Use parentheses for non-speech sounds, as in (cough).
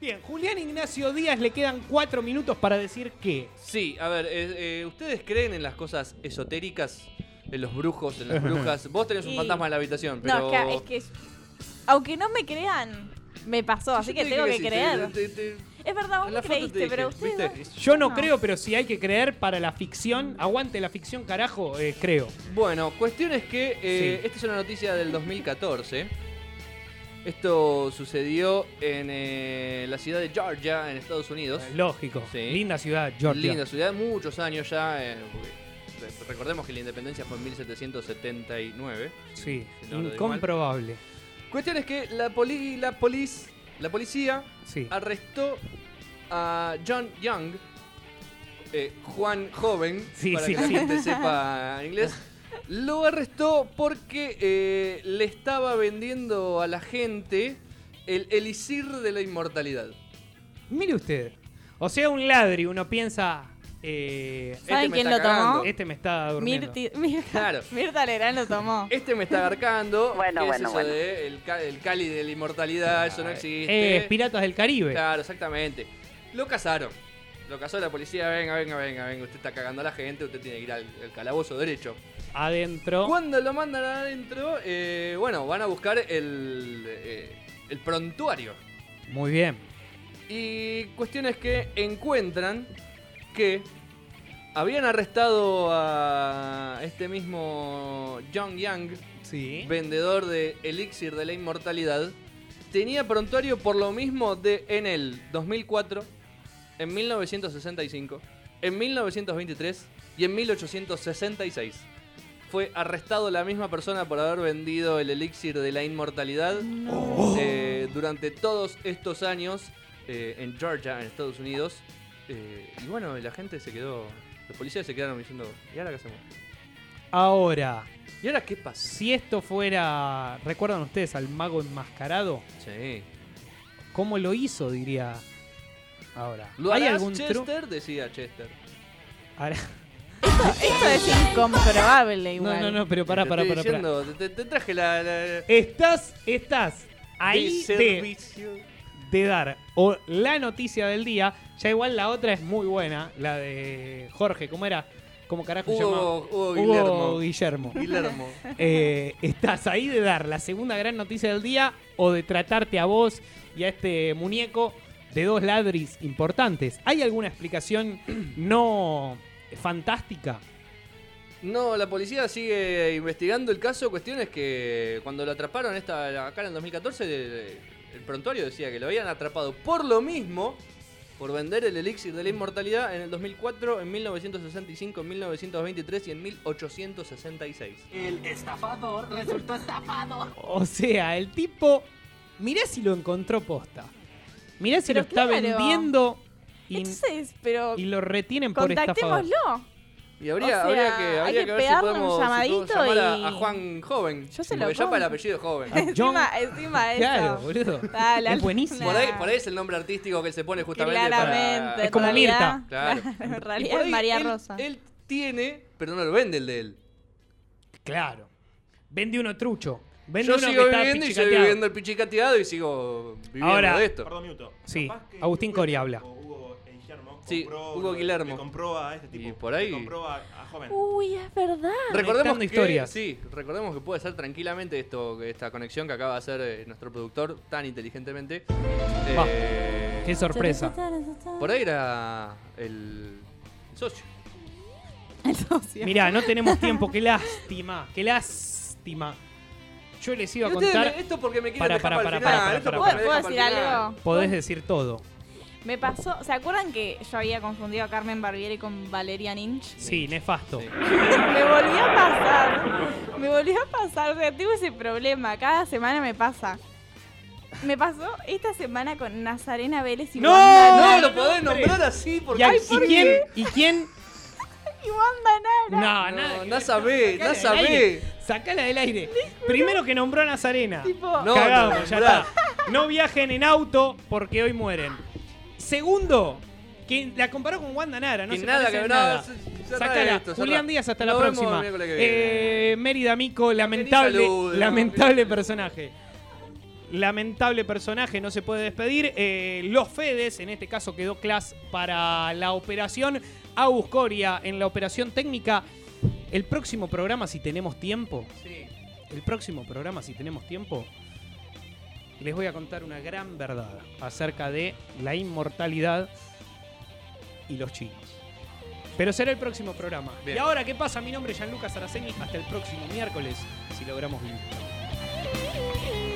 Bien, Julián Ignacio Díaz le quedan cuatro minutos para decir que. Sí, a ver, eh, eh, ¿ustedes creen en las cosas esotéricas? En los brujos, en (laughs) las brujas. Vos tenés un Y- fantasma en la habitación, pero... No, es que, es que aunque no me crean, me pasó, así Yo que te tengo dije que sí, te- creer. te- te- Es verdad, vos en me la foto te creíste, dije, pero ustedes ¿viste? dos- Yo no, No. creo, pero si hay que creer para la ficción, aguante la ficción, carajo, eh, creo. Bueno, cuestión es que eh, Sí. esta es una noticia del 2014. Esto sucedió en eh, la ciudad de Georgia, en Estados Unidos. Lógico. Sí. Linda ciudad, Eh, Georgia. Linda ciudad, muchos años ya. eh, porque re- recordemos que la independencia fue en 1779. Sí, Si no lo digo mal. incomprobable. Cuestión es que la, poli- la, polis- la policía Sí. arrestó a John Young, eh, Juan Joven, Sí, para sí, que la sí. gente sepa inglés. Lo arrestó porque eh, le estaba vendiendo a la gente el elixir de la inmortalidad. Mire usted. O sea, un ladri, uno piensa. eh, ¿Saben me quién está lo tomó? cagando. este me está durmiendo. (laughs) Mirti- Mirta, Claro. Mirta Legrand (laughs) lo tomó. Este me está agarcando. Bueno, ¿Qué bueno, es eso bueno. de el, ca- el Cali de la inmortalidad? Eso no existe. Eh, es Piratas del Caribe. Claro, exactamente. Lo cazaron. Lo cazó la policía. Venga, venga, venga, venga. Usted está cagando a la gente. Usted tiene que ir al, al calabozo derecho. Adentro. Cuando lo mandan adentro, eh, bueno, van a buscar el, eh, el prontuario. Muy bien. Y cuestión es que encuentran que habían arrestado a este mismo John Young Sí. vendedor de elixir de la inmortalidad, tenía prontuario por lo mismo de en el 2004, en 1965, en 1923 y en 1866. Fue arrestado la misma persona por haber vendido el elixir de la inmortalidad eh, durante todos estos años eh, en Georgia, en Estados Unidos. Eh, y bueno, la gente se quedó, los policías se quedaron diciendo, ¿y ahora qué hacemos? Ahora, ¿Y ahora qué pasa? si esto fuera. ¿Recuerdan ustedes al mago enmascarado? Sí. ¿Cómo lo hizo? Diría. Ahora. ¿Lo ¿Hay harás, algún truco? Chester? Decía Chester. Ahora- Esto es incomprobable No, igual. no, no, pero pará, te pará, estoy pará. pará. diciendo, Te, te traje la... la- Estás, estás ahí de de, servicio. de dar o la noticia del día. Ya igual la otra es muy buena, la de Jorge, ¿cómo era? ¿Cómo carajo se llama? Hugo, Hugo Hugo Guillermo. (laughs) Guillermo. Guillermo. Eh, estás ahí de dar la segunda gran noticia del día o de tratarte a vos y a este muñeco de dos ladris importantes. ¿Hay alguna explicación no fantástica? No, la policía sigue investigando el caso. Cuestión es que cuando lo atraparon esta, acá en el 2014, el, el prontuario decía que lo habían atrapado por lo mismo, por vender el elixir de la inmortalidad en el 2004, en 1965, en 1923 y en 1866. El estafador resultó estafado. O sea, el tipo, mirá si lo encontró posta. Mirá si Pero lo está claro. vendiendo y, Entonces, pero y lo retienen por estafador. (laughs) contactémoslo. Y habría, O sea, habría que, habría hay que que ver si pegarle un podemos, si podemos llamadito llamar y- a, a Juan Joven. Yo se Sí, lo porque ya para el compro. apellido es (laughs) Joven. A John- Encima, encima Claro, eso. boludo. Ah, la es buenísimo. Por luna. ahí, por ahí es el nombre artístico que él se pone justamente Claramente. para... Es como en realidad- (laughs) Mirta. Claro. En Y realidad por es ahí María él- Rosa. Él tiene, pero no lo vende el de él. Claro. Vende uno trucho. Vende Yo uno sigo que está viviendo y sigo pichicateado. viviendo el pichicateado y sigo viviendo Ahora- de esto. Perdón, minuto. Sí, Capaz que Agustín Hugo Coria Guillermo habla. o Hugo Guillermo. Sí, compró- Hugo Guillermo. le compró a este tipo. Y por ahí- le compró a, a joven. Uy, es verdad. Recordemos que, historias. Sí, recordemos que puede ser tranquilamente esto, esta conexión que acaba de hacer eh, nuestro productor tan inteligentemente. Va. Eh, Qué sorpresa. por ahí era el- el socio. El socio. Mirá, no tenemos tiempo. Qué lástima. Qué lástima. Yo les iba a Y ustedes contar. me- esto porque me quieren Para, dejar para, para, para, el final, para, esto para, porque ¿Puedo, me puedo dejan decir para el final. algo? Podés decir todo. Me pasó, ¿se acuerdan que yo había confundido a Carmen Barbieri con Valeria Ninch? Sí, nefasto. Sí. Me volvió a pasar. Me volvió a pasar. O sea, tengo ese problema. Cada semana me pasa. Me pasó esta semana con Nazarena Vélez y ¡No! Wanda No, Nara. lo podés nombrar así ¿Y, porque. a- Ay, y quién? ¿Y quién? Y Wanda Nara. No, nada. no, que- no sabé, sacala no del sabé. aire, Sacala del aire. Primero que nombró a Nazarena. Tipo, No, Cagamos, no, ya pará. está. No viajen en auto porque hoy mueren. Segundo, que la comparó con Wanda Nara, no Que se nada, parece que en no, nada. se- cerrá Sácala. esto, cerrá. Julián Díaz, hasta la Nos vemos el próxima. miércoles que viene. Eh, Mérida Mico, lamentable, salude, no, lamentable personaje. Lamentable personaje, no se puede despedir. Eh, los Fedes, en este caso quedó Class para la operación. Agus Coria en la operación técnica. El próximo programa, si tenemos tiempo, Sí. el próximo programa, si tenemos tiempo, les voy a contar una gran verdad acerca de la inmortalidad y los chinos. Pero será el próximo programa. Bien. Y ahora, ¿qué pasa? Mi nombre es Gianluca Saraceni. Hasta el próximo miércoles, si logramos vivir. Thank